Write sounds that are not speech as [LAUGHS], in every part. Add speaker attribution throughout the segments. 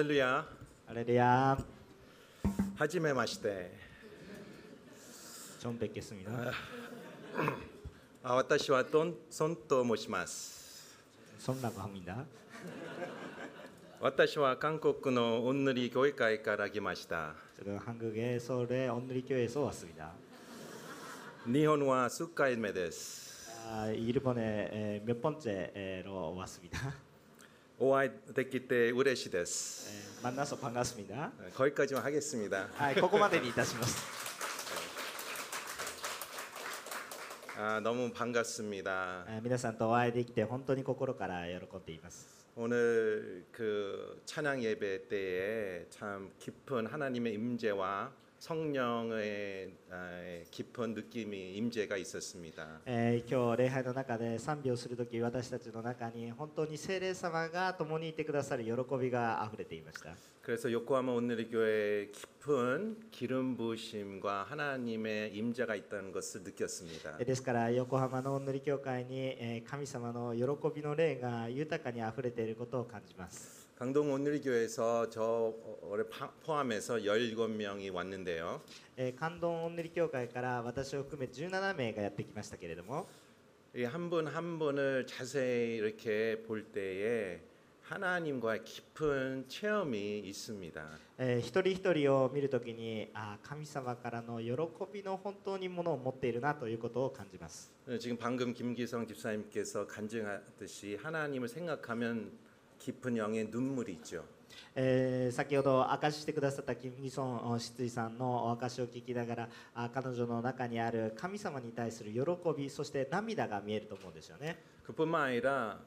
Speaker 1: 할렐루야.
Speaker 2: ハレルヤ
Speaker 1: 하지메 마시테.
Speaker 2: 처음 뵙겠습니다.
Speaker 1: 아, 私は 돈 손토 모시마스.
Speaker 2: 손라고 합니다.
Speaker 1: 私は 한국の 온누리 교회会 から来ました.
Speaker 2: 저는 한국의 서울의 언누리 교회에서 왔습니다.
Speaker 1: 일본은 10回目です.
Speaker 2: 아, 일본에 에, 몇 번째로 왔습니다.
Speaker 1: 오아이できて 嬉しいです.
Speaker 2: 에, 만나서 반갑습니다.
Speaker 1: 거기까지만 하겠습니다.
Speaker 2: 아, ここまでにいたします。
Speaker 1: 아, 너무 반갑습니다.
Speaker 2: あ皆さんとお会いできて本当に心から喜んでいます。
Speaker 1: 오늘 그 찬양 예배 때에 참 깊은 하나님의 임재와 성령의 아, 깊은 느낌이 임재가 있었습니다.
Speaker 2: えー今日礼拝の中で賛美をするとき私たちの中に本当に聖霊様が共にいてくださる喜びが溢れていました。
Speaker 1: 그래서 요코하마 온누리 교회의 깊은 기름 부으심과 하나님의 임재가 있다는 것을 느꼈습니다.
Speaker 2: えですから横浜の塗り教会にえー神様の喜びの霊が豊かに溢れていることを感じます。
Speaker 1: 강동 온누리 교회에서 저를 포함해서 17명이 왔는데요.
Speaker 2: えー関東おんぬり教会から私を含め17名がやってきましたけれども、
Speaker 1: 이 한 분 한 분을 자세히 이렇게 볼 때에 하나님과의 깊은 체험이 있습니다.
Speaker 2: えー一人一人を見るときにあー神様からの喜びの本当にものを持っているなということを感じます。
Speaker 1: 지금 방금 김기성 집사님께서 간증하듯이 하나님을 생각하면 깊은 영의 눈물이 있죠.
Speaker 2: えー先ほど明かししてくださったキム・ギソンお執事さんのお証しを聞きながらあー彼女の中にある神様に対する喜びそして涙が見えると思うんですよね。
Speaker 1: 그뿐만 아니라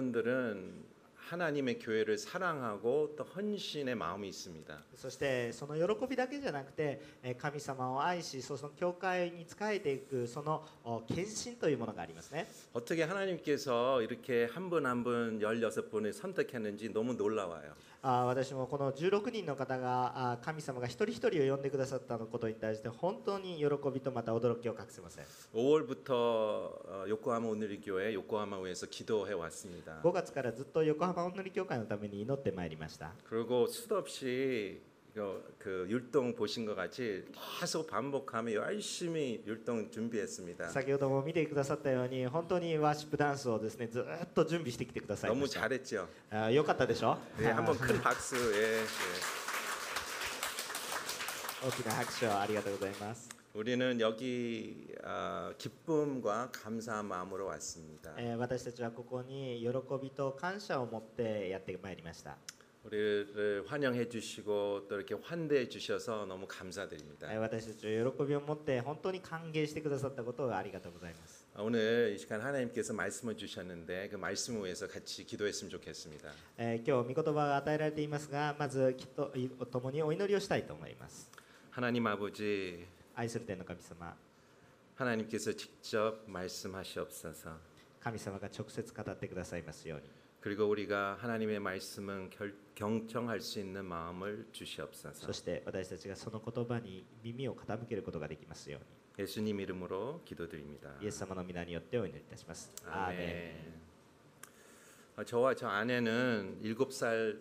Speaker 1: 이분들은 하나님의 교회를 사랑하고 또 헌신의 마음이 있습니다.
Speaker 2: そしてその喜びだけじゃなくてえー神様を愛しその教会に仕えていくそのお献身というものがありますね
Speaker 1: 어떻게 하나님께서 이렇게 한 분 한 분 16분을 선택했는지 너무 놀라워요.
Speaker 2: あー私もこの16人の方があー神様が一人一人を呼んでくださったことに対して本当に喜びとまた驚きを隠せません
Speaker 1: 5월부터 어, 요코하마 오늘리 교회 요코하마우에서 기도해 왔습니다.
Speaker 2: 5月からずっと横浜おんのり教会のために祈ってまいりました
Speaker 1: 그리고 수도 없이 이거 그 율동 보신 것 같이 계속 반복하며 열심히 율동 준비했습니다.
Speaker 2: 先ほども見てくださったように本当にワーシップダンスをですねずーっと準備してきてくださいま
Speaker 1: 너무
Speaker 2: したあ
Speaker 1: 잘했죠.
Speaker 2: ーよかったでしょ、
Speaker 1: 네,
Speaker 2: あー
Speaker 1: 한번 큰 박수. 예, 예.
Speaker 2: 大きな拍手をありがとうございます
Speaker 1: 우리는 여기 아, 기쁨과 감사한 마음으로 왔습니다.
Speaker 2: えー私たちはここに喜びと感謝を持ってやってまいりました、
Speaker 1: 우리를 환영해 주시고 또 이렇게 환대해 주셔서 너무
Speaker 2: えー
Speaker 1: 감사드립니다.
Speaker 2: 私たちを喜びを持って本当に歓迎してくださったことをありがとうございます、
Speaker 1: 아, 오늘 이 시간 하나님께서 말씀을 주셨는데 그 말씀을 위해서 같이 기도했으면 좋겠습니다.
Speaker 2: えー今日御言葉が与えられていますがまずきっとい共にお祈りをしたいと思います
Speaker 1: 하나님 아버지
Speaker 2: 愛する天の神様
Speaker 1: 하나님께서 직접 말씀하시옵소서.
Speaker 2: 神様が直接語ってくださいますように
Speaker 1: 그리고 우리가 하나님의 말씀은 결, 경청할 수 있는 마음을
Speaker 2: そ
Speaker 1: 주시옵소서.
Speaker 2: して私たちがその言葉に耳を傾けることができますよう
Speaker 1: 예수님 이름으로 기도드립니다.
Speaker 2: にイエス様の皆によってお祈りいたしますアーメ
Speaker 1: 아멘. 네. 어, 저와 저 아내는 일곱 살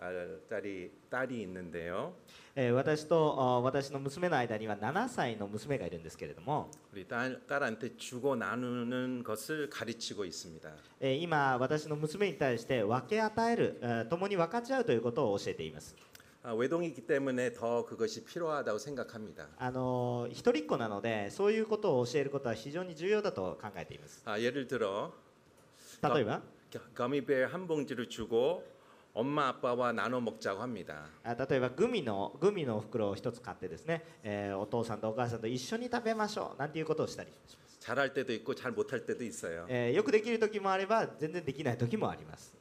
Speaker 1: 아, 딸이 딸이 있는데요.
Speaker 2: ンえー私とあー私の娘の間には7歳の娘がいるんですけれども
Speaker 1: 우리 딸, 딸한테 주고 나누는 것을 가르치고 있습니다.
Speaker 2: えー今私の娘に対して分け与えるえー共に分かち合うということを教えています、
Speaker 1: 아, 외동이기 때문에 더 그것이 필요하다고 생각합니다.
Speaker 2: あのー一人っ子なのでそういうことを教えることは非常に重要だと考えています
Speaker 1: 아, 예를 들어
Speaker 2: 例えば
Speaker 1: 거- 거미배 한 봉지를 주고 엄마 아빠와 나눠 먹자고 합니다.
Speaker 2: あ例えばグミのグミの袋を一つ買ってですね、えーお父さんとお母さんと一緒に食べましょうなんていうことをしたりします、
Speaker 1: 잘할 때도 있고 잘 못할 때도 있어요.
Speaker 2: えーよくできる時もあれば全然できない時もあります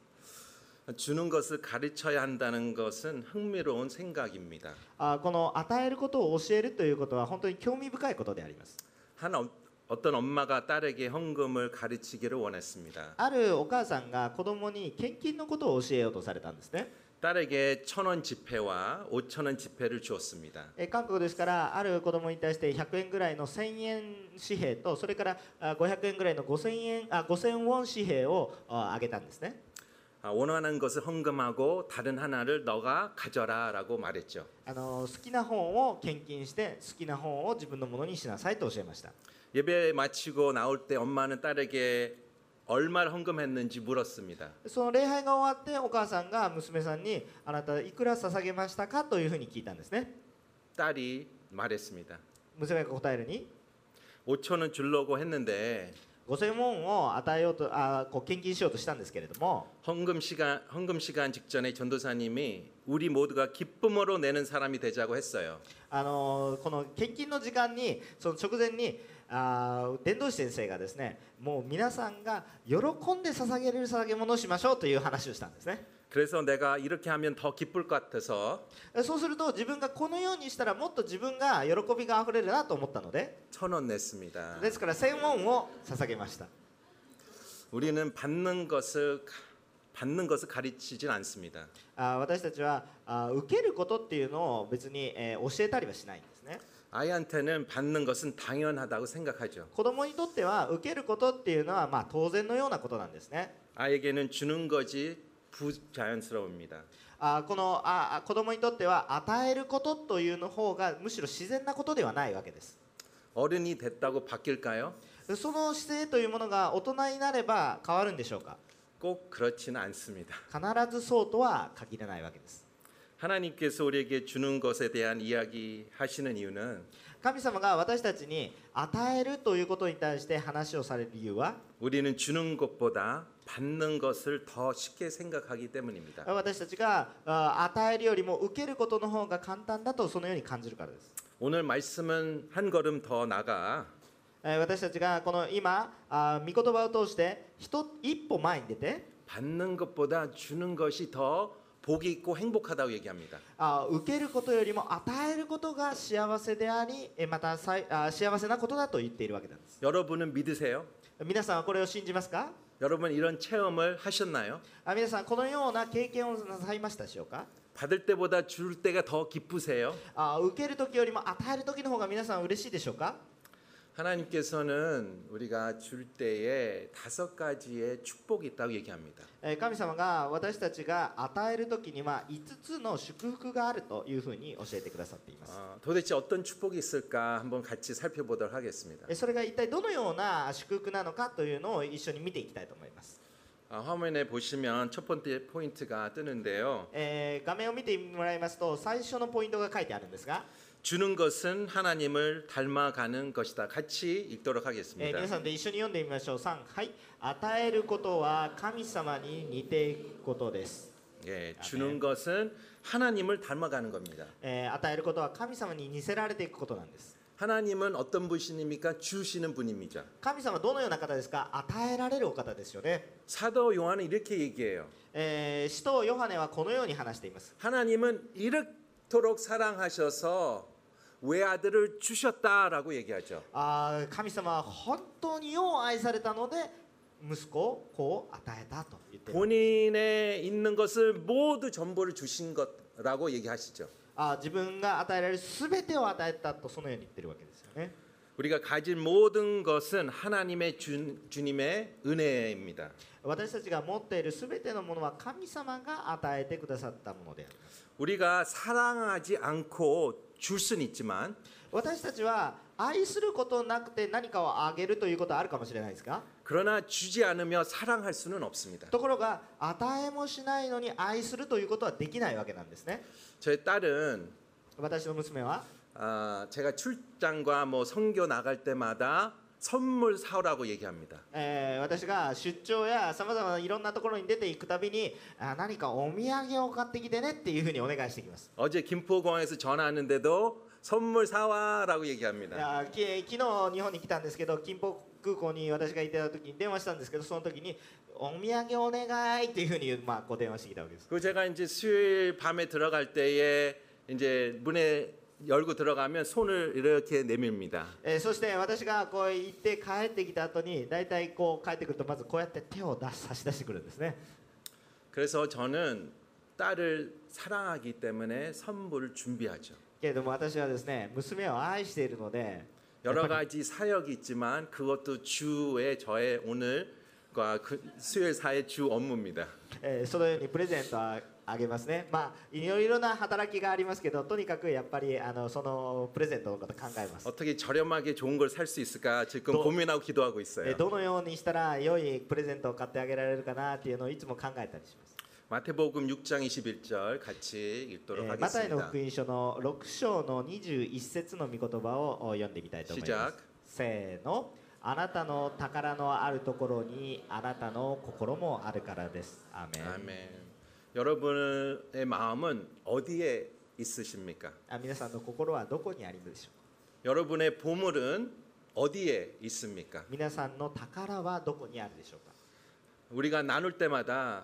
Speaker 1: 주는 것을 가르쳐야 한다는 것은 흥미로운 생각입니다.
Speaker 2: あこの与えることを教えるということは本当に興味深いことであります
Speaker 1: 한 어, 어떤 엄마가 딸에게 헌금을 가르치기를 원했습니다.
Speaker 2: あるお母さんが子供に献金のことを教えようとされたんですね
Speaker 1: 딸에게 천 원 지폐와 오천 원 지폐를 주었습니다.
Speaker 2: えー韓国ですからある子供に対して100円ぐらいの1000円紙幣とそれからあ500円ぐらいの5000円あ5000ウォン紙幣をああげたんですね、
Speaker 1: 아, 아, 원하는 것을 헌금하고 다른 하나를 너가 가져라라고 말했죠.
Speaker 2: あの好きな本を献金して好きな本を自分のものにしなさいと教えました
Speaker 1: 예배 마치고 나올 때 엄마는 딸에게 얼마를 헌금했는지 물었습니다.
Speaker 2: その礼拝が終わってお母さんが娘さんに「あなたいくら捧げましたか?」というふうに聞いたんですね
Speaker 1: 딸이 말했습니다.
Speaker 2: 娘が答えるに
Speaker 1: 5천 원 주려고 했는데
Speaker 2: 5000ウォンを与えようとあこう献金しようとしたんですけれども
Speaker 1: 헌금 시간 헌금 시간 직전에 전도사님이 우리 모두가 기쁨으로 내는 사람이 되자고 했어요.
Speaker 2: あのこの献金の時間にその直前にあー伝道師先生がですねもう皆さんが喜んで捧げれる捧げ物をしましょうという話をしたんですね
Speaker 1: 그래서 내가 이렇게 하면 더 기쁠 것 같아서
Speaker 2: そうすると自分がこのようにしたらもっと自分が喜びがあふれるなと思ったので
Speaker 1: 천 원 냈습니다.
Speaker 2: ですから1000ウォンを捧げました
Speaker 1: 우리는 받는 것을 가- 받는 것을 가르치진 않습니다.
Speaker 2: あー私たちはあー受けることっていうのを別に、えー教えたりはしないんですね
Speaker 1: 아이한테는 받는 것은 당연하다고 생각하죠.
Speaker 2: 子供にとっては受けることっていうのはまあ当然のようなことなんですね
Speaker 1: 아이에게는 주는 거지 부자연스러웁니다.
Speaker 2: あーこのあー子供にとっては与えることというの方がむしろ自然なことではないわけです
Speaker 1: 어른이 됐다고 바뀔까요?
Speaker 2: その姿勢というものが大人になれば変わるんでしょうか
Speaker 1: 꼭 그렇지는 않습니다.
Speaker 2: 必ずそうとは限らないわけです
Speaker 1: 하나님께서 우리에게 주는 것에 대한 이야기 하시는 이유는
Speaker 2: 神様が私たちに与えるということに対して話をされる理由は
Speaker 1: 우리는 주는 것보다 받는 것을 더 쉽게 생각하기 때문입니다.
Speaker 2: 私たちがあ与えるよりも受けることの方が簡単だとそのように感じるからです
Speaker 1: 오늘 말씀은 한 걸음 더 나가
Speaker 2: えー私たちがこの今あー御言葉を通して一一歩前に出て
Speaker 1: 받는 것보다 주는 것이 더 복이 있고 행복하다고 얘기합니다.
Speaker 2: あー受けることよりも与えることが幸せでありえーまたさいあー幸せなことだと言っているわけなんです
Speaker 1: 여러분은 믿으세요?
Speaker 2: 皆さんはこれを信じますか
Speaker 1: 여러분 이런 체험을 하셨나요?
Speaker 2: あ皆さんこのような経験をなさいましたでしょうか
Speaker 1: 받을 때보다 줄 때가 더 기쁘세요?
Speaker 2: あー受ける時よりも与える時の方が皆さん嬉しいでしょうか
Speaker 1: 하나님께서는 우리가 줄 때에 다섯 가지의 축복이 있다고 얘기합니다.
Speaker 2: えー神様が私たちが与える時には5つの祝福があるというふうに教えてくださっています
Speaker 1: 어, 도대체 어떤 축복이 있을까 한번 같이 살펴보도록 하겠습니다.
Speaker 2: えそれが一体どのような祝福なのかというのを一緒に見ていきたいと思います
Speaker 1: 아, 화면에 보시면 첫 번째 포인트가 뜨는데요.
Speaker 2: えー画面を見てもらいますと最初のポイントが書いてあるんですが、
Speaker 1: 주는 것은 하나님을 닮아가는 것이다. 같이 읽도록
Speaker 2: えー
Speaker 1: 하겠습니다.
Speaker 2: 皆さんで一緒に読んでみましょう3はい与えることは神様に似ていくことです、
Speaker 1: 예, 주는 것은 하나님을 닮아가는 겁니다.
Speaker 2: えー与えることは神様に似せられていくことなんです
Speaker 1: 하나님은 어떤 분이십니까? 주시는 분입니다.
Speaker 2: 神様どのような方ですか与えられるお方ですよね、
Speaker 1: 사도 요한은 이렇게 얘기해요.
Speaker 2: えー使徒ヨハネはこのように話しています
Speaker 1: 하나님은 이렇도록 사랑하셔서 외아들을 주셨다라고 얘기하죠.
Speaker 2: あー神様は本当によう愛されたので息子をこう与えたと言っています
Speaker 1: 본인의 있는 것을 모두 전부를 주신 것라고 얘기하시죠.
Speaker 2: あー自分が与えられる全てを与えたとそのように言ってるわけですよね
Speaker 1: 우리가 가진 모든 것은 하나님의 주, 주님의 은혜입니다.
Speaker 2: 私たちが持っているすべてのものは神様が与えてくださったものであります
Speaker 1: 우리가 사랑하지 않고 줄 수는 있지만
Speaker 2: 私たちは愛することなくて何かをあげるということはあるかもしれないですが
Speaker 1: 그러나 주지 않으며 사랑할 수는 없습니다.
Speaker 2: ところが与えもしないのに愛するということはできないわけなんですね
Speaker 1: 저희 딸은
Speaker 2: 私の娘は
Speaker 1: 아, 제가 출장과 뭐 선교 나갈 때마다 선물 사오라고 얘기합니다.
Speaker 2: えー私が出張やさまざまないろんなところに出ていくたびにあ何かお土産を買ってきてねっていうふうにお願いしてきます
Speaker 1: 어제 김포공항에서 전화하는데도 선물 사와라고
Speaker 2: い
Speaker 1: 얘기합니다.
Speaker 2: やき昨日日本に来たんですけど金浦空港に私がいた時に電話したんですけどその時に「お土産お願い」っていうふうに言う、まあ、こう電話してきたわけです
Speaker 1: 그 제가 이제 수요일 밤에 들어갈 때에 이제 문에 열고 들어가면 손을 이렇게 내밉니다.
Speaker 2: えーそして私がこう行って帰ってきた後に大体こう帰ってくるとまずこうやって手を出す差し出してくるんですね
Speaker 1: 그래서 저는 딸을 사랑하기 때문에 선물을 준비하죠.
Speaker 2: けれども私はですね娘を愛しているので
Speaker 1: 여러 가지 사역이 있지만 그것도 주의 저의 오늘 과 그- 수요일 사의 주 업무입니다.
Speaker 2: えーそのようにプレゼントはあげますねまあいろいろな働きがありますけどとにかくやっぱりあのそのプレゼントのこと考えます
Speaker 1: 어떻게 저렴하게 좋은 걸 살 수 있을까 지금
Speaker 2: 또-
Speaker 1: 고민하고 기도하고
Speaker 2: え
Speaker 1: 있어요.
Speaker 2: ーどのようにしたら良いプレゼントを買ってあげられるかなっていうのをいつも考えたりします
Speaker 1: 마태복음 6장 21절 같이
Speaker 2: え
Speaker 1: 읽도록
Speaker 2: ーマタイの
Speaker 1: 하겠습니다.
Speaker 2: 福音書の6章の21節の御言葉をお読んでみたいと思いま
Speaker 1: 시작
Speaker 2: すせーのあなたの宝のあるところにあなたの心もあるからですアーメン
Speaker 1: 아멘. 여러분의 마음은 어디에 있으십니까?
Speaker 2: あ皆さんの心はどこにありますでしょ
Speaker 1: 여러분의 보물은 어디에 있습니까?
Speaker 2: う皆さんの宝はどこにあるでしょうか
Speaker 1: 우리가 나눌 때마다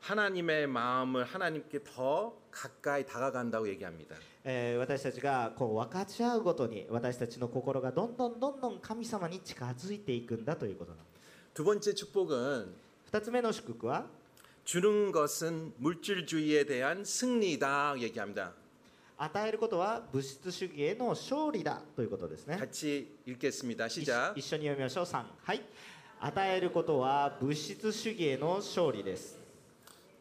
Speaker 1: 하나님의 마음을 하나님께 더 가까이 다가간다고 얘기합니다.
Speaker 2: えー私たちがこう分かち合うごとに私たちの心がどんどんどんどん神様に近づいていくんだということなんです
Speaker 1: 두 번째 축복은
Speaker 2: 2つ目の祝福は
Speaker 1: 주는 것은 물질주의에 대한 승리다 얘기합니다.
Speaker 2: 与えることは物質主義への勝利だということですね
Speaker 1: 같이 읽겠습니다.
Speaker 2: 一
Speaker 1: 시작.
Speaker 2: 一緒に読みましょう3はい与えることは物質主義への勝利です、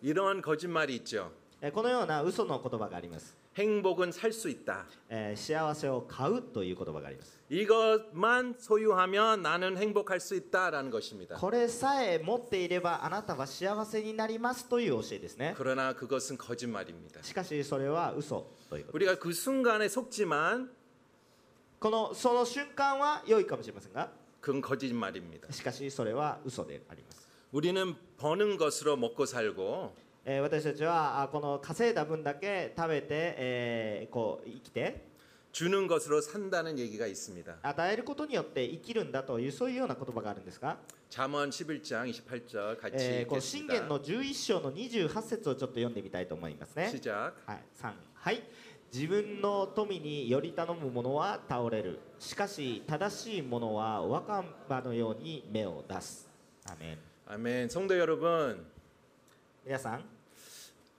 Speaker 1: 이런 거짓말이 있죠.
Speaker 2: えーこのような嘘の言葉があります、
Speaker 1: 행복은 살 수 있다.
Speaker 2: えー幸せを買うという言葉があります
Speaker 1: 이것만 소유하면 나는 행복할 수 있다라는 것입니다.
Speaker 2: これさえ持っていればあなたは幸せになりますという教えですね
Speaker 1: 그러나 그것은 거짓말입니다.
Speaker 2: しかしそれは嘘ということ
Speaker 1: 우리가 그 순간에 속지만
Speaker 2: このその瞬間は良いかもしれませんが
Speaker 1: 그건 거짓말입니다.
Speaker 2: しかしそれは嘘であります、
Speaker 1: 우리는 버는 것으로 먹고 살고
Speaker 2: えー私たちはあこの稼いだ分だけ食べて、えーこう生きて
Speaker 1: 주는 것으로 산다는 얘기가 있습니다.
Speaker 2: 与えることによって生きるんだというそういうような言葉があるんですが、
Speaker 1: 잠언 11장 28절 같이
Speaker 2: えーこの信玄
Speaker 1: 읽겠습니다.
Speaker 2: の11章の28節をちょっと読んでみたいと思いますね
Speaker 1: 시작.
Speaker 2: はい、3はい自分の富により頼む者は倒れるしかし正しい者は若葉のように芽を出すアメン
Speaker 1: 아멘. 성도 여러분,
Speaker 2: 皆さん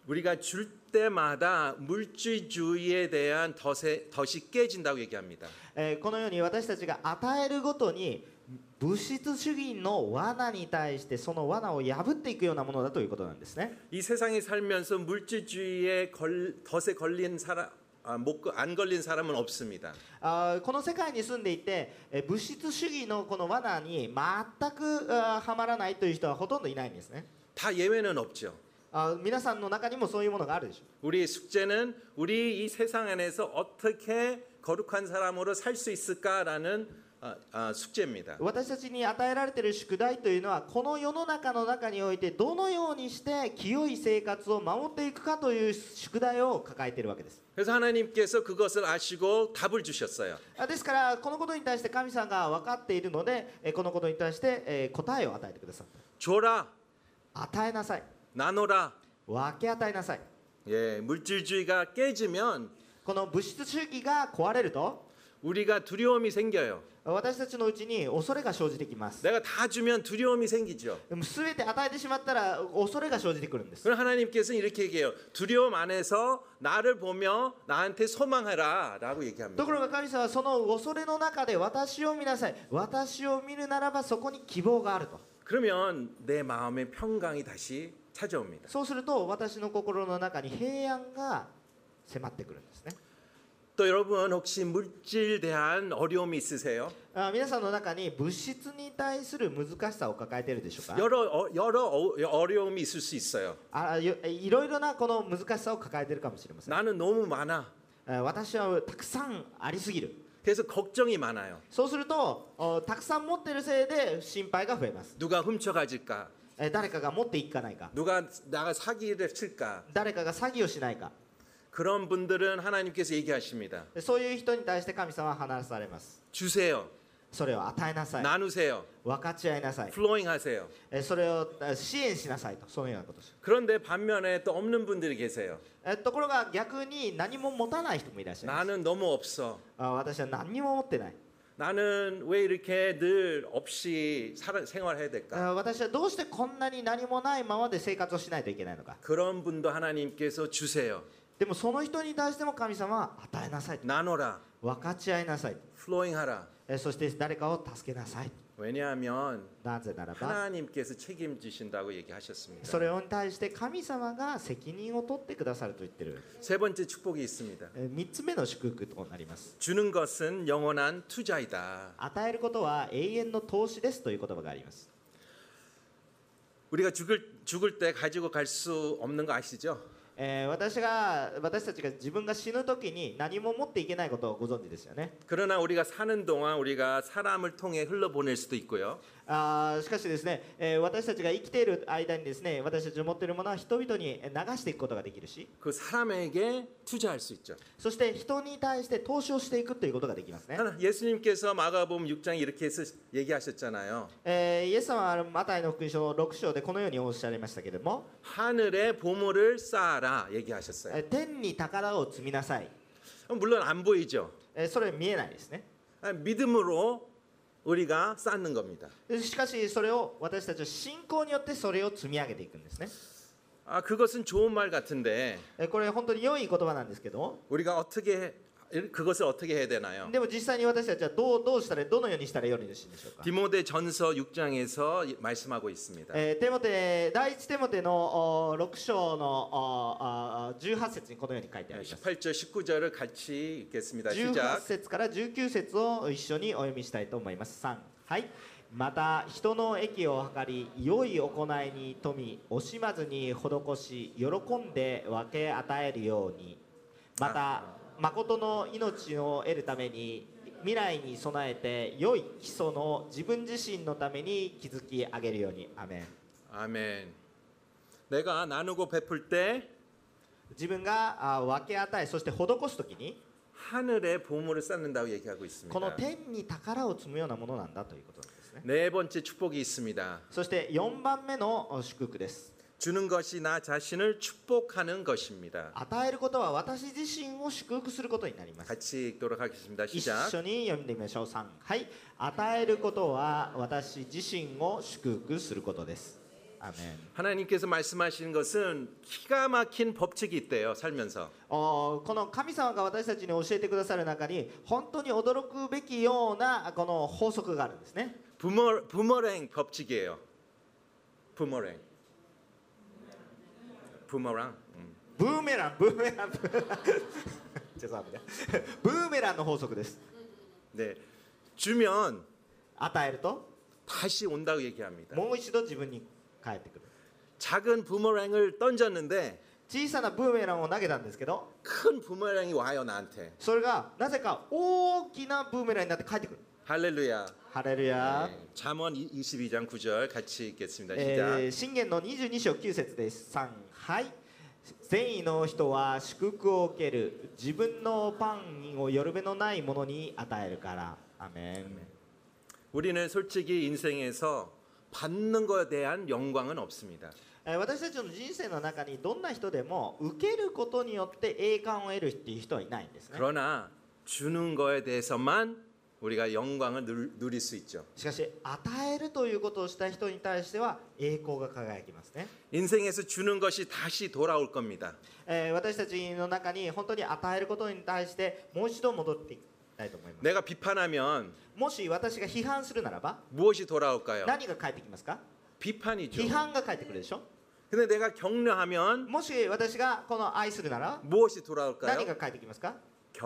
Speaker 1: 우리가 줄 때마다 물질주의에 대한 덫에, 덫이 깨진다고 얘기합니다.
Speaker 2: えーこのように私たちが与えるごとに物質主義の罠に対してその罠を破っていくようなものだということなんですね、
Speaker 1: 이 세상에 살면서 물질주의에 걸, 덫에 걸린 사람, 아, 못, 걸- 안 걸린 사람은 없습니다.
Speaker 2: あーこの世界に住んでいて、えー物質主義のこの罠に全くあーはまらないという人はほとんどいないんですね
Speaker 1: 다 예외는 없죠.
Speaker 2: あー皆さんの中にもそういうものがあるでしょう
Speaker 1: 우리의 숙제는 우리 이 세상 안에서 어떻게 거룩한 사람으로 살 수 있을까라는 아, 아, 숙제입니다.
Speaker 2: 私たちに与えられている宿題というのはこの世の中の中においてどのようにして清い生活を守っていくかという宿題を抱えているわけです
Speaker 1: 그래서 하나님께서 그것을 아시고 답을 주셨어요.
Speaker 2: あですからこのことに対して神様が分かっているのでえーこのことに対してえー答えを与えてくださった
Speaker 1: 줘라,
Speaker 2: 与えなさい
Speaker 1: 나눠라.
Speaker 2: 分け与えなさい
Speaker 1: 예, 물질주의가 깨지면
Speaker 2: この物質主義が壊れると
Speaker 1: 우리가 두려움이 생겨요.
Speaker 2: 私たちのうちに恐れが生じてきます
Speaker 1: 내가 다 주면 두려움이 생기죠.
Speaker 2: 全て与えてしまったら恐れが生じてくるんです
Speaker 1: 그럼 하나님께서는 이렇게 얘기해요. 두려움 안에서 나를 보며 나한테 소망해라 라고
Speaker 2: と
Speaker 1: 얘기합니다.
Speaker 2: ころが神様はその恐れの中で私を見なさい私を見るならばそこに希望があると
Speaker 1: 그러면 내 마음의 평강이 다시 찾아옵니다.
Speaker 2: そうすると私の心の中に平安が迫ってくるんですね
Speaker 1: 또 여러분 혹시 물질 대한 어려움이 있으세요?
Speaker 2: あ皆さんの中に物質に対する難しさを抱えているでしょうか
Speaker 1: 여러 어, 여러 어- 어려움이 있을 수 있어요.
Speaker 2: あよいろいろなこの難しさを抱えているかもしれません
Speaker 1: 나는 너무 많아.
Speaker 2: えー私はたくさんありすぎる
Speaker 1: 그래서 걱정이 많아요.
Speaker 2: そうするとおたくさん持っているせいで心配が増えます、
Speaker 1: 누가 훔쳐가질까?
Speaker 2: えー誰かが持っていかないか
Speaker 1: 누가 나가 사기를 칠까?
Speaker 2: 誰かが詐欺をしないか
Speaker 1: 그런 분들은 하나님께서 얘기하십니다.
Speaker 2: そういう人に対して神様は話されます
Speaker 1: 주세요.
Speaker 2: それを与えなさい
Speaker 1: 나누세요.
Speaker 2: 分かち合いなさい、
Speaker 1: 플로잉 하세요.
Speaker 2: えーそれをえー支援しなさいとそのようなことです
Speaker 1: 그런데 반면에 또 없는 분들이 계세요.
Speaker 2: えーところが逆に何も持たない人もいらっしゃいます
Speaker 1: 나는 너무 없어.
Speaker 2: あ私は何にも持ってない
Speaker 1: 나는 왜 이렇게 늘 없이 살아, 생활해야
Speaker 2: あ
Speaker 1: 될까?
Speaker 2: 私はどうしてこんなに何もないままで生活をしないといけないのか
Speaker 1: 그런 분도 하나님께서 주세요.
Speaker 2: でもその人に対しても神様は与えなさい
Speaker 1: 나눠라.
Speaker 2: 分かち合いなさい
Speaker 1: 플로잉 하라.
Speaker 2: えそして誰かを助けなさい
Speaker 1: 왜냐하면
Speaker 2: なぜならば
Speaker 1: 하나님께서 책임지신다고 얘기하셨습니다.
Speaker 2: それに対して神様が責任を取ってくださると言ってる
Speaker 1: 세 번째 축복이 있습니다.
Speaker 2: 3つ目の祝福となります
Speaker 1: 주는 것은 영원한 투자이다.
Speaker 2: 与えることは永遠の投資ですという言葉があります
Speaker 1: 우리가 죽을 죽을 때 가지고 갈 수 없는 거 아시죠?
Speaker 2: えー私が私たちが自分が死ぬ時に何も持っていけないことをご存知ですよね
Speaker 1: 그러나 우리가 사는 동안 우리가 사람을 통해 흘러보낼 수도 있고요.
Speaker 2: あーしかしですね、えー私たちが生きている間にですね私たちの持っているものは人々に流していくことができるし
Speaker 1: 그 사람에게 투자할 수 있죠.
Speaker 2: そして人に対して投資をしていくということができますね、
Speaker 1: 하나, 예수님께서 마가복음 6장 이렇게 해서 얘기하셨잖아요.
Speaker 2: えーイエス様はマタイの福音書6章でこのようにおっしゃいましたけれども
Speaker 1: 하늘에 보물을 쌓아라 얘기하셨어요.
Speaker 2: えー天に宝を積みなさい
Speaker 1: 물론 안 보이죠.
Speaker 2: えーそれ見えないですね
Speaker 1: 아, 믿음으로 우리가 쌓는 겁니다.
Speaker 2: しかしそれを私たちは信仰によってそれを積み上げていくんですね
Speaker 1: 아, 그것은 좋은 말 같은데
Speaker 2: えーこれ本当に良い言葉なんですけども
Speaker 1: 우리가 어떻게 그것을 어떻게 해야 되나요?
Speaker 2: でも実際に私たちはどうどうしたらどのようにしたらよりよろしいんでしょうか、
Speaker 1: 디모데 전서 6장에서 말씀하고 있습니다.
Speaker 2: えーテモテ第一テモテのお6章のおあ18節にこのように書いてあります
Speaker 1: 18절 19절을 같이 읽겠습니다.
Speaker 2: 18
Speaker 1: 시작.
Speaker 2: 節から19節を一緒にお読みしたいと思います3はいまた人の益を図り良い行いに富み惜しまずに施し喜んで分け与えるようにまた誠の命を得るために未来に備えて良い基礎の自分自身のために築き上げるようにアメン
Speaker 1: 아멘. 내가 나누고 베풀 때
Speaker 2: 自分があ分け与えそして施す時に
Speaker 1: 하늘에 보물을 쌓는다고 얘기하고
Speaker 2: この
Speaker 1: 있습니다.
Speaker 2: 天に宝を積むようなものなんだということなんですね
Speaker 1: 네 번째 축복이 있습니다.
Speaker 2: そして4番目の祝福です。
Speaker 1: 주는 것이 나 자신을 축복하는 것입니다.
Speaker 2: 与えることは私自身を祝福することになります。
Speaker 1: 같이 읽도록 하겠습니다.
Speaker 2: 一
Speaker 1: 시작.
Speaker 2: 緒に読んでみましょう。3はい。与えることは私自身を祝福することです。アーメン
Speaker 1: 하나님께서 말씀하시는 것은 기가 막힌 법칙이 있대요. 살면서
Speaker 2: おーこの神様が私たちに教えてくださる中に本当に驚くべきようなこの法則があるんですね
Speaker 1: 부머 부머랭 법칙이에요. 부머랭. 부머랑. 음.
Speaker 2: ブーメランブーメ [LAUGHS] ランブーメランちょっと待ってねブーメランの法則です
Speaker 1: 네. 주면
Speaker 2: 与えると
Speaker 1: 다시 온다고 얘기합니다.
Speaker 2: もう一度自分に返ってくる
Speaker 1: 작은 부머랭을 던졌는데
Speaker 2: 小さなブーメランを投げたんですけど
Speaker 1: 큰 부메랑이 와요 나한테
Speaker 2: それがなぜか大きなブーメランになって帰ってくる
Speaker 1: 할렐루야
Speaker 2: ハレルヤ
Speaker 1: 네. 잠언 22장 9절 같이 읽겠습니다
Speaker 2: え
Speaker 1: 시작
Speaker 2: ー信玄の22章9節です3はい善意の人は祝福を受ける自分のパンをよるべのないものに与えるからアメン
Speaker 1: 우리는 솔직히 인생에서 받는 것에 대한 영광은 없습니다
Speaker 2: えー私たちの人生の中にどんな人でも受けることによって栄冠を得るっていう人はいないんですね
Speaker 1: 그러나 주는 거에 대해서만 우리가 영광을 누- 누릴 수 있죠
Speaker 2: しかし与えるということをした人に対しては栄光が輝きますね
Speaker 1: 인생에서 주는 것이 다시 돌아올 겁니다
Speaker 2: えー私たちの中に本当に与えることに対してもう一度戻っていきたいと思います
Speaker 1: 내가 비판하면
Speaker 2: もし私が批判するならば
Speaker 1: 무엇이 돌아올까요?
Speaker 2: 何が返ってきますか
Speaker 1: 비판이죠
Speaker 2: 批判が返ってくるでしょ
Speaker 1: 근데 내가 격려하면
Speaker 2: もし私がこの愛するなら
Speaker 1: 무엇이
Speaker 2: 何
Speaker 1: 돌아올까요?
Speaker 2: が返ってきますか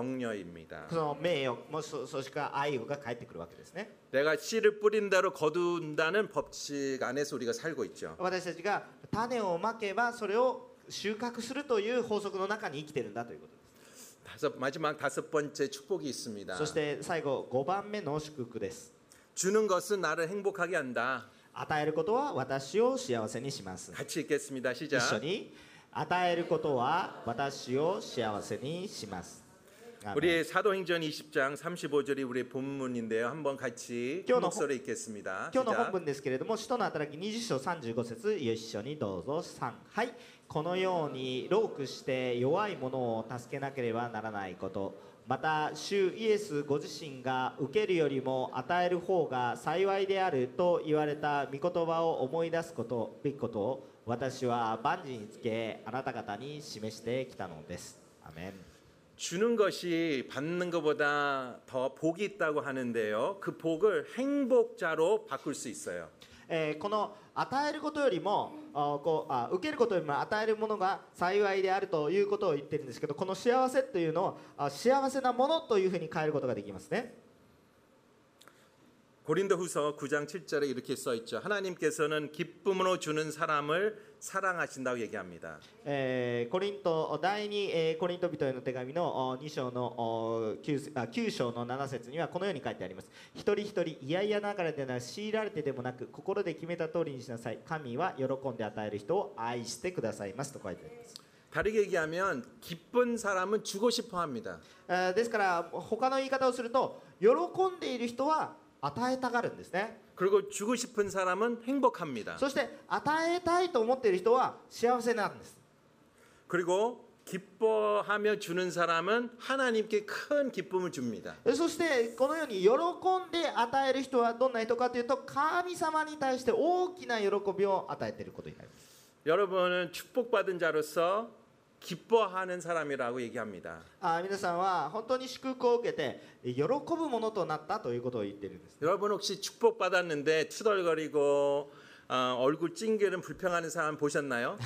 Speaker 1: 격려입니다
Speaker 2: その名誉もしそそして愛が返ってくるわけですね
Speaker 1: 내가 씨를 뿌린 대로 거둔다는 법칙 안에서 우리가 살고 있죠.
Speaker 2: 私たちが種をまけばそれを収穫するという法則の中に生きてるんだということで
Speaker 1: 다섯 마지막 다섯 번째 축복이 있습니다.
Speaker 2: すそして最後5番目の祝福です
Speaker 1: 주는 것은 나를 행복하게 한다.
Speaker 2: 与えることは私を幸せにします
Speaker 1: 같이 읽겠습니다.
Speaker 2: 一緒
Speaker 1: 시작.
Speaker 2: に与えることは私を幸せにします。アーメン
Speaker 1: 우리 사도행전 20장 35절이 우리 본문인데요. 한번 같이
Speaker 2: 교노-
Speaker 1: 목소리 읽겠습니다.
Speaker 2: 今日の本
Speaker 1: 시작.
Speaker 2: 文ですけれども、使徒の働き20章35節一緒にどうぞ3はいこのようにロークして弱い者を助けなければならないことまた主イエスご自身が受けるよりも与える方が幸いであると言われた御言葉を思い出すことべきことを私は万事につけあなた方に示してきたのです。アーメン
Speaker 1: 주는 것이 받는 것보다 더 복이 있다고 하는데요. 그 복을 행복자로 바꿀 수 있어요.
Speaker 2: えーこの与えることよりもあこうあ受けることよりも与えるものが幸いであるということを言ってるんですけどこの幸せというのをあ幸せなものというふうに変えることができますね、
Speaker 1: 고린도후서 9장 7절에 이렇게 써 있죠. 하나님께서는 기쁨으로 주는 사람을 사랑하신다고 얘기합니다.
Speaker 2: えーコリント第2、えーコリント人への手紙のお2章のお 9, あ9章の7節にはこのように書いてあります一人一人いやいやながらでなく強いられてでもなく心で決めた通りにしなさい神は喜んで与える人を愛してくださいますと書いてあります
Speaker 1: 다르게 얘기하면 기쁜 사람은 주고 싶어 합니다.
Speaker 2: えーですから他の言い方をすると喜んでいる人は与えたがるんですね
Speaker 1: 그리고 주고 싶은 사람은 행복합니다.
Speaker 2: そして与えたいと思っている人は幸せなんです
Speaker 1: 그리고 기뻐하며 주는 사람은 하나님께 큰 기쁨을 줍니다.
Speaker 2: そしてこのように喜んで与える人はどんな人かというと神様に対して大きな喜びを与えていることになります
Speaker 1: 여러분은 축복받은 자로서 기뻐하는 사람이라고 얘기합니다.
Speaker 2: あー皆さんは本当に祝福を受けて喜ぶものとなったということを言っているんです
Speaker 1: 여러분 혹시 축복받았는데 투덜거리고 어, 얼굴 찡기는 불평하는 사람 보셨나요?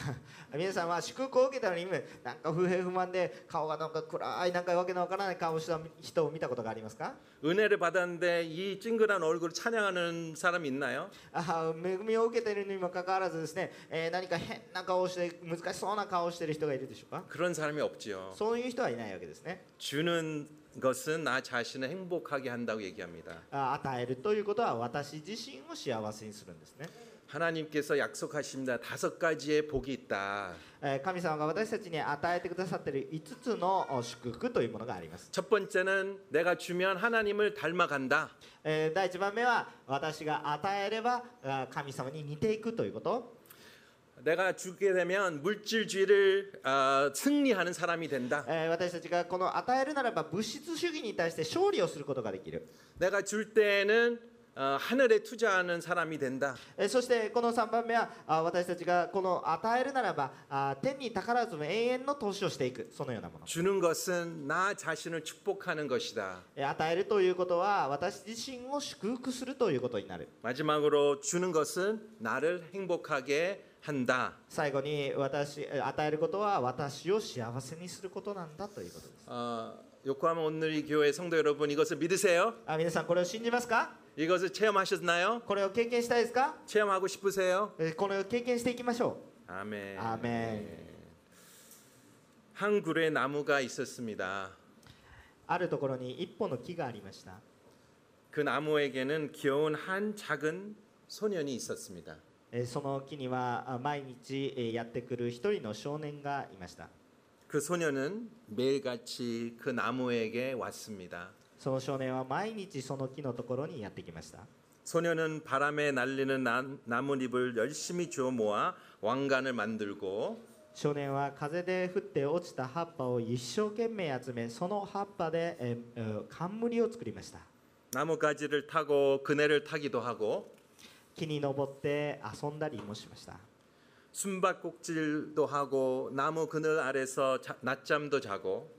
Speaker 2: 皆さんは祝福を受けたのに今なんか不平不満で顔がなんか暗いなんかわけのわからない顔をした人を見たことがありますか
Speaker 1: 은혜를 받았는데 이 찡그란 얼굴을 찬양하는 사람 있나요?
Speaker 2: あー恵みを受けているにもかかわらずですね、えー何か変な顔をして難しそうな顔をしている人がいるでしょうか
Speaker 1: 그런 사람이 없지요.
Speaker 2: そういう人はいないわけですね
Speaker 1: 주는 것은 나 자신을 행복하게 한다고 얘기합니다.
Speaker 2: あー与えるということは私自身を幸せにするんですね、
Speaker 1: 하나님께서 약속하십니다. 다섯 가지의 복이 있다.
Speaker 2: えー神様が私たちに与えてくださっている5つのお祝福というものがあります、
Speaker 1: 첫 번째는 내가 주면 하나님을 닮아간다.
Speaker 2: えー第1番目は私が与えればあー神様に似ていくということ
Speaker 1: 내가 주게 되면 물질주의를 아, 승리하는 사람이 된다.
Speaker 2: えー私たちがこの与えるならば物質主義に対して勝利をすることができる
Speaker 1: 내가 줄 때에는 어, 하늘에 투자하는 사람이 된다.
Speaker 2: えーそしてこの3番目はあ私たちがこの与えるならばあ天に宝ずむ永遠の投資をしていくそのようなもの
Speaker 1: 주는 것은 나 자신을 축복하는 것이다.
Speaker 2: えー与えるということは私自身を祝福するということになる
Speaker 1: 마지막으로 주는 것은 나를 행복하게 한다.
Speaker 2: 最後に私えー与えることは私を幸せにすることなんだということです
Speaker 1: 어, 요코하마 온누리 교회 성도 여러분 이것을 믿으세요?
Speaker 2: あ皆さんこれを信じますか
Speaker 1: 이것을 체험하셨나요?
Speaker 2: これを経験したいですか
Speaker 1: 체험하고 싶으세요?
Speaker 2: えーこれを経験していきましょ
Speaker 1: 아멘.
Speaker 2: 아멘.
Speaker 1: 한 그루의 나무가 있었습니다.
Speaker 2: うあるところに一本の木がありました
Speaker 1: 그 나무에게는 귀여운 한 작은 소년이 있었습니다.
Speaker 2: えーその木にはあ毎日えーやってくる一人の少年がいました
Speaker 1: 그 소년은 매일같이 그 나무에게 왔습니다.
Speaker 2: その少年は毎日その木のところにやってきました
Speaker 1: 소년은 바람에 날리는 나, 나뭇잎을 열심히 주워 모아 왕관을 만들고
Speaker 2: 少年は風で降って落ちた葉っぱを一生懸命集めその葉っぱでえーえー冠を作りました
Speaker 1: 나뭇가지를 타고 그네를 타기도 하고
Speaker 2: 木に登って遊んだりもしました
Speaker 1: 숨바꼭질도 하고 나무 그늘 아래서 자- 낮잠도 자고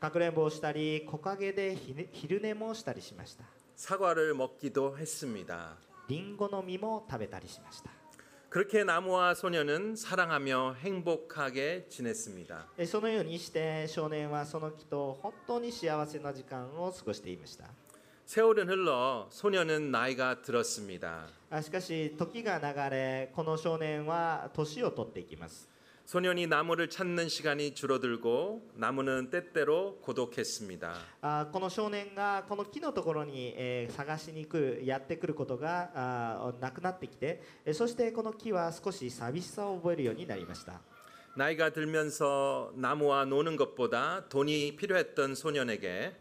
Speaker 2: かくれんぼをしたり木陰でひね昼寝もしたりしました
Speaker 1: 사과를 먹기도 했습니다.
Speaker 2: リンゴの実も食べたりしました
Speaker 1: 그렇게 나무와 소녀는 사랑하며 행복하게 지냈습니다.
Speaker 2: えそのようにして少年はその木と本当に幸せな時間を過ごしていました
Speaker 1: 세월은 흘러 소녀는 나이가 들었습니다.
Speaker 2: あしかし時が流れこの少年は年を取っていきます
Speaker 1: 소년이 나무를 찾는 시간이 줄어들고 나무는 때때로 고독했습니다.
Speaker 2: あーこの少年がこの木のところに、えー探しに来るやってくることがあーなくなってきてえーそしてこの木は少し寂しさを覚えるようになりました
Speaker 1: 나이가 들면서 나무와 노는 것보다 돈이 필요했던 소년에게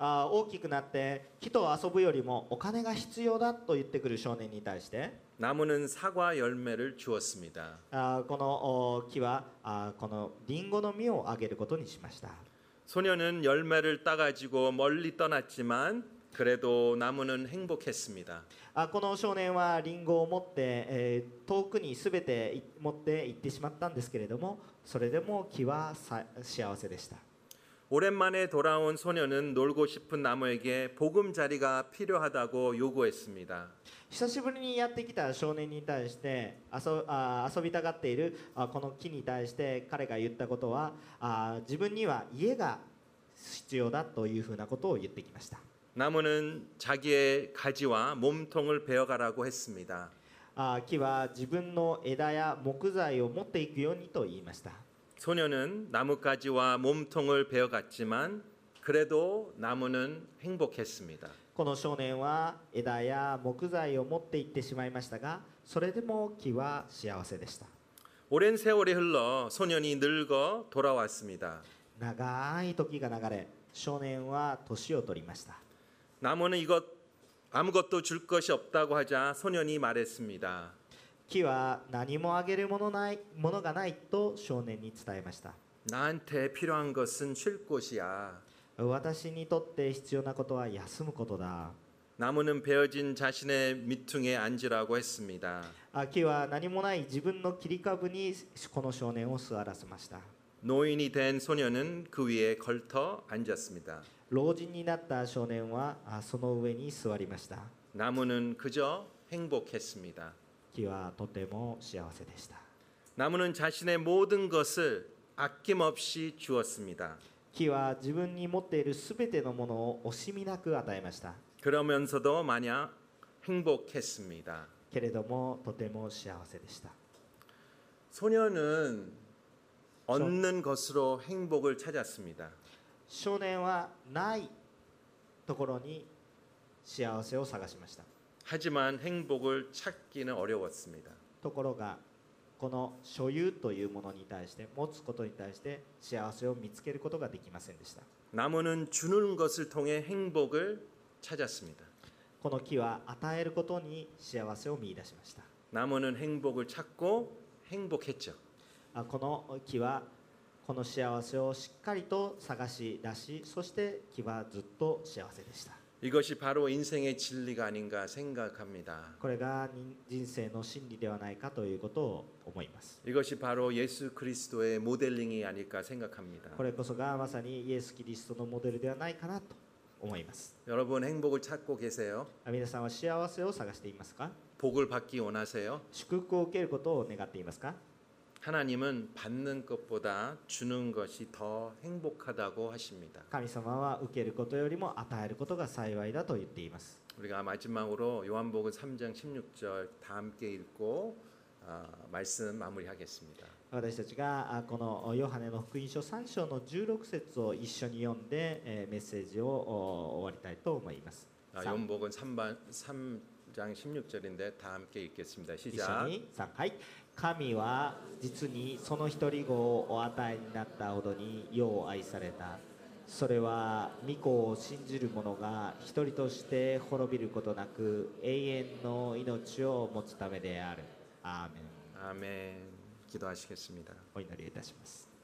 Speaker 2: あー大きくなって木と遊ぶよりもお金が必要だと言ってくる少年に対して
Speaker 1: 나무는 사과 열매를 주었습니다.
Speaker 2: あーこのお木はあーこのリンゴの実をあげることにしました
Speaker 1: 소년은 열매를 따가지고 멀리 떠났지만 그래도 나무는 행복했습니다.
Speaker 2: あーこの少年はリンゴを持って、えー遠くに全てい持って行ってしまったんですけれどもそれでも木はさ幸せでした
Speaker 1: 오랜만에 돌아온 소녀는 놀고 싶은 나무에게 보금 자리가 필요하다고 요구했습니다.
Speaker 2: 久しぶりにやってきた少年に対して遊あ遊びたがっているあこの木に対して彼が言ったことはあ自分には家が必要だというふうなことを言ってきました
Speaker 1: 나무는 자기의 가지와 몸통을 베어가라고 했습니다.
Speaker 2: あ木は自分の枝や木材を持っていくようにと言いました
Speaker 1: 소녀는 나뭇가지와 몸통을 베어갔지만 그래도 나무는 행복했습니다.
Speaker 2: この少年は枝や木材を持って行ってしまいましたがそれでも木は幸せでした
Speaker 1: 오랜 세월이 흘러 소년이 늙어 돌아왔습니다.
Speaker 2: 長い時が流れ少年は年を取りました
Speaker 1: 나무는 이것 아무것도 줄 것이 없다고 하자 소년이 말했습니다.
Speaker 2: 木は何もあげるものないものがないと少年に伝えました
Speaker 1: 나한테 필요한 것은 쉴 곳이야.
Speaker 2: 私にとって必要なことは休むことだ
Speaker 1: 나무는 베어진 자신의 밑퉁에 앉으라고 했습니다.
Speaker 2: あ木は何もない自分の切り株にこの少年を座らせました
Speaker 1: 노인이 된 소년은 그 위에 걸터 앉았습니다.
Speaker 2: 老人になった少年はあその上に座りました
Speaker 1: 나무는 그저 행복했습니다.
Speaker 2: 木はとても幸せでした
Speaker 1: 나무는 자신의 모든 것을 아낌없이 주었습니다.
Speaker 2: 木は自分に持っているすべてのものを惜しみなく与えました
Speaker 1: 그러면서도 마냥 행복했습니다.
Speaker 2: けれどもとても幸せでした
Speaker 1: 소녀는 얻는 것으로 행복을 찾았습니다.
Speaker 2: 少年はないところに幸せを探しました
Speaker 1: 하지만 행복을 찾기는 어려웠습니다.
Speaker 2: ところがこの所有というものに対して持つことに対して幸せを見つけることができませんでした
Speaker 1: 나무는 주는 것을 통해 행복을 찾았습니다.
Speaker 2: この木は与えることに幸せを見出しました
Speaker 1: 나무는 행복을 찾고 행복했죠.
Speaker 2: あこの木はこの幸せをしっかりと探し出しそして木はずっと幸せでした
Speaker 1: 이것이 바로 인생의 진리가 아닌가 생각합니다.
Speaker 2: これが人人生の真理ではないかということを思います
Speaker 1: 이것이 바로 예수 그리스도의 모델링이 아닐까 생각합니다.
Speaker 2: これこそがまさにイエス・キリストのモデルではないかなと思います
Speaker 1: 여러분 행복을 찾고 계세요?
Speaker 2: あ皆さんは幸せを探していますか
Speaker 1: 복을 받기 원하세요?
Speaker 2: 祝福を受けることを願っていますか
Speaker 1: 하나님은 받는 것보다 주는 것이 더 행복하다고 하십니다.
Speaker 2: 神様は受けることよりも与えることが幸いだと言っています
Speaker 1: 우리가 마지막으로 요한복음 3장 16절 다 함께 읽고 아, 말씀 마무리하겠습니다.
Speaker 2: 私たちがあこのヨハネの福音書3章の16節を一緒に読んでえーメッセージをお終わりたいと思います
Speaker 1: 아,
Speaker 2: さん
Speaker 1: 요한복음 3반, 3장 16절인데 다 함께 읽겠습니다.
Speaker 2: 一緒
Speaker 1: 시작.
Speaker 2: にさんはい神は実にその一人子をお与えになったほどに世を愛されたそれは御子を信じる者が一人として滅びることなく永遠の命を持つためであるアーメン
Speaker 1: 아멘. 기도하시겠습니다.
Speaker 2: お祈りいたします